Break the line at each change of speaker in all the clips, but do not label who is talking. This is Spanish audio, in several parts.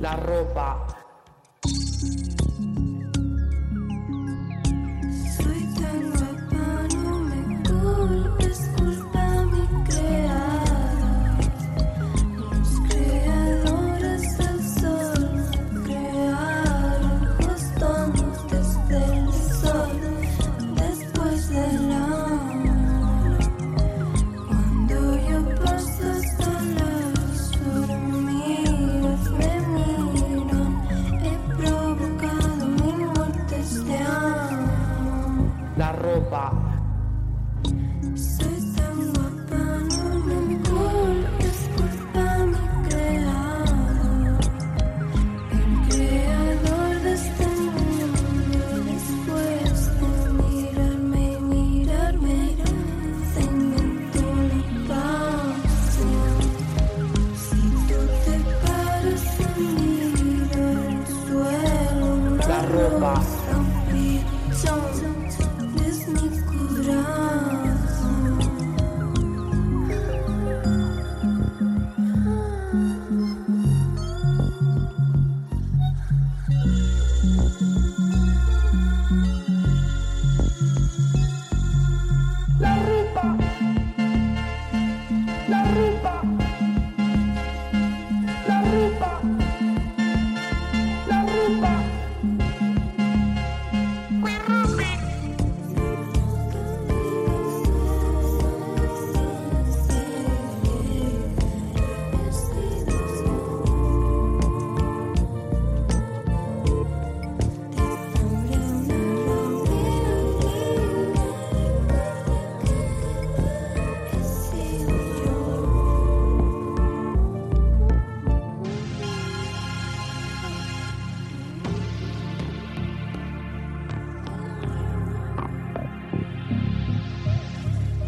la ropa.
Soy tan guapa, no me culpes, culpa a mi creador. Los creadores del sol me crearon, nos tomamos desde el sol, después del amor. Cuando yo paso hasta las hormigas me miran, he provocado este mil muertes de amor.
La ropa.
Soy tan guapa, no me culpes, culpa a mi creador. El creador de este mundo, después de mirarme, mirarme, se inventó la pasión. Si tú te paras unido en el suelo,
La ropa.
Champichón es mi corazón.
La ropa. La ropa. La ropa. La ropa.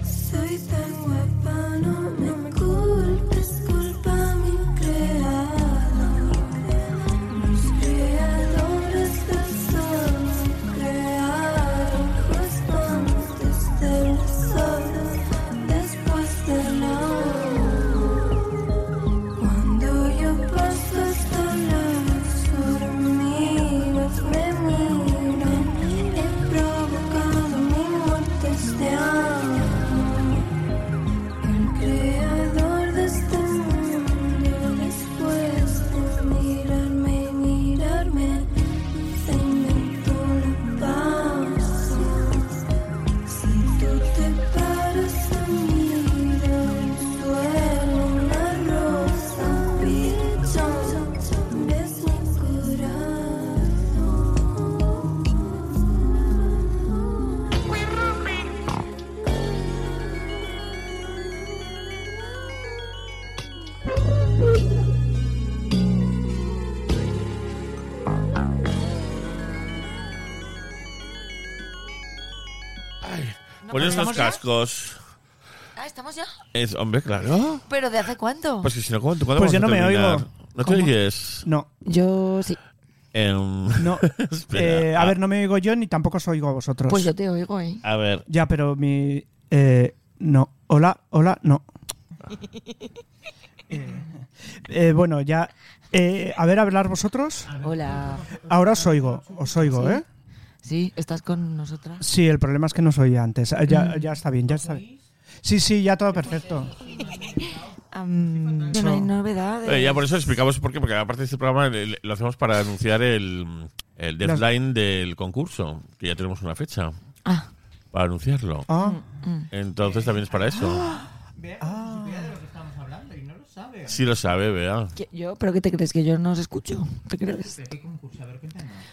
Soy tan guapa, no me culpes, culpa a mi creador. Los creadores del sol me crearon, pues vamos desde el sol, después del amor. Cuando yo paso hasta las hormigas me miran, he provocado mil muertes de amor. El creador de este mundo, después de mirarme, mirarme, se inventó la pasión. Si tú te paras a mirar el suelo, una rosa, pichón, ves mi corazón.
Ay,
¿No
pon esos
podríamos ya?
cascos.
Ah, ¿estamos ya?
Es, hombre, claro.
¿Pero de hace cuánto?
Pues que si no, ¿cuándo, cuándo vamos
Pues yo
a
no me
terminar?
oigo.
¿No te
¿Cómo?
oyes?
No,
Yo sí.
Em,
no.
Espera. Ah.
Eh, a ver, no me oigo yo ni tampoco os oigo a vosotros.
Pues yo te oigo, ¿eh?
A ver,
Ya, pero mi. eh, no. Hola, hola, no. Eh, eh, bueno, ya. eh, a ver, hablar vosotros.
Hola.
Ahora os oigo, os oigo,
Sí.
¿eh?
Sí, ¿estás con nosotras?
Sí, el problema es que no os oía antes. Ah, Ya,
Mm.
ya está bien, ya está bien. Sí, sí, ya todo perfecto.
Am, no hay novedades.
eh, ya por eso explicamos por qué, porque aparte de este programa el- el- lo hacemos para anunciar el, el
Las-
deadline del concurso, que ya tenemos una fecha
Ah,
para anunciarlo.
Ah,
Entonces también es para eso.
Ah.
Sí lo sabe, vea.
¿qué- ¿yo? ¿Pero qué te crees? ¿Que yo no os escucho? ¿Te crees?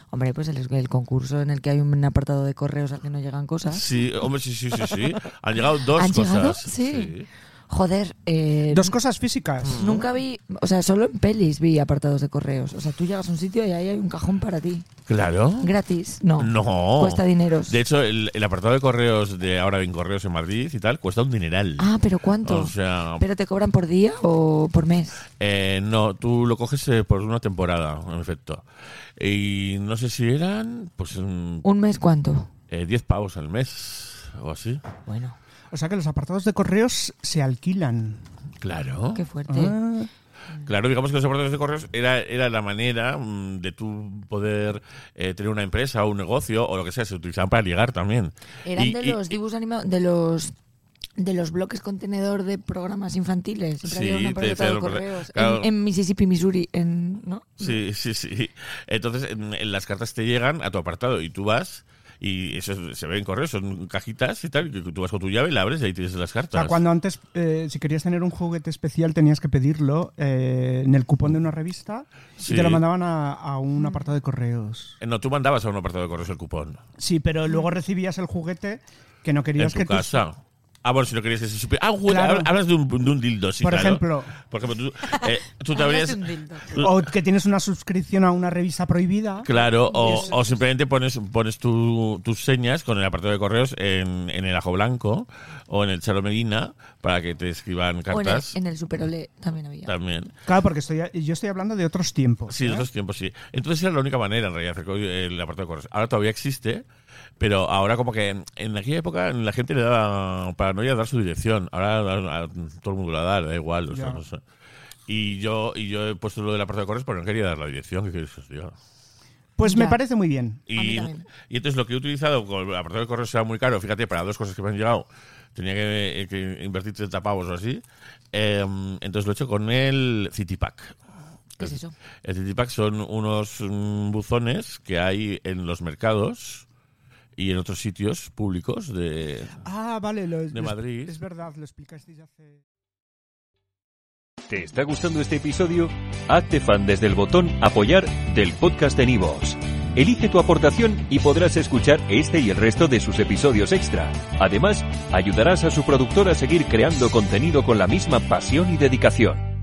Hombre, pues el, el concurso en el que hay un apartado de correos al que no llegan
Ah,
cosas.
Sí, hombre, sí, sí, sí, sí. Han llegado dos
¿Han
cosas.
llegado? Sí. Joder, eh,
dos cosas físicas.
nunca vi, o sea, solo en pelis vi apartados de correos. O sea, tú llegas a un sitio y ahí hay un cajón para ti.
Claro.
Gratis, no.
No.
Cuesta dineros.
De hecho, el, el apartado de correos de ahora bien correos en Madrid y tal cuesta un dineral.
Ah, pero ¿cuánto?
O sea,
¿Pero te cobran por día o por mes?
eh, no, tú lo coges eh, por una temporada, en efecto. Y no sé si eran, pues, un-
¿Un mes cuánto?
eh, 10 pavos al mes o así.
Bueno,
O sea que los apartados de correos se alquilan.
Claro.
qué fuerte.
Ah,
Claro, digamos que los soportes de correos era, era la manera mm, de tú poder eh, tener una empresa o un negocio o lo que sea, se utilizaban para ligar también.
Eran
Y-
de
y-
los dibujos animados, de los de los bloques contenedor de programas infantiles. Siempre
Sí,
había una
te- te
de
lo-
correos. En-
claro.
En, Mississippi, Missouri, en, ¿no?
Sí, sí, sí. Entonces, en- en las cartas te llegan a tu apartado y tú vas y eso se ve en correo, son cajitas y tal, que tú vas con tu llave, la abres y ahí tienes las
O
cartas.
sea, cuando antes, eh, si querías tener un juguete especial, tenías que pedirlo eh, en el cupón de una revista
Sí.
y te lo mandaban a, a un apartado de correos.
Eh, No, tú mandabas a un apartado de correos el cupón.
Sí, pero luego recibías el juguete que no
En
querías
tu
que tú-
casa. Ah, bueno, si no querías que se supiera. Ah, bueno,
Claro.
hab- hablas de un, de un dildo, sí,
Por
claro.
ejemplo.
Por ejemplo, tú, eh, tú te
Hablas
abrías-
de un dildo.
O que tienes una suscripción a una revista prohibida.
Claro, o, o simplemente pones, pones tu- tus señas con el apartado de correos en, en el ajo blanco o en el Charo Medina para que te escriban
O en el,
cartas
en el Superolé también había.
también.
Claro, porque estoy, yo estoy hablando de otros tiempos.
Sí,
¿eh?
de otros tiempos, sí. Entonces era la única manera, en realidad, hacer co- el apartado de correos. Ahora todavía existe, pero ahora como que en, en aquella época la gente le daba paranoia dar su dirección. Ahora a- a- todo el mundo la da, le da igual. o sea,
Ya.
no sé. Y yo, y yo he puesto lo del apartado de correos, pero no quería dar la dirección. ¿Qué quieres que os diga?
Pues me
Ya.
parece muy bien.
A mí
Y,
también.
y entonces lo que he utilizado con el apartado de correos era muy caro. Fíjate, para dos cosas que me han llegado tenía que, eh, que invertir 30 pavos o así. Eh, entonces lo he hecho con el Citipack.
¿Qué es eso?
El Citipack son unos mm, buzones que hay en los mercados y en otros sitios públicos de...
Ah, vale. Lo,
De
lo-
Madrid.
Es verdad, lo explicasteis hace...
¿Te está gustando este episodio? Hazte fan desde el botón Apoyar del podcast de Nivos. Elige tu aportación y podrás escuchar este y el resto de sus episodios extra. Además, ayudarás a su productor a seguir creando contenido con la misma pasión y dedicación.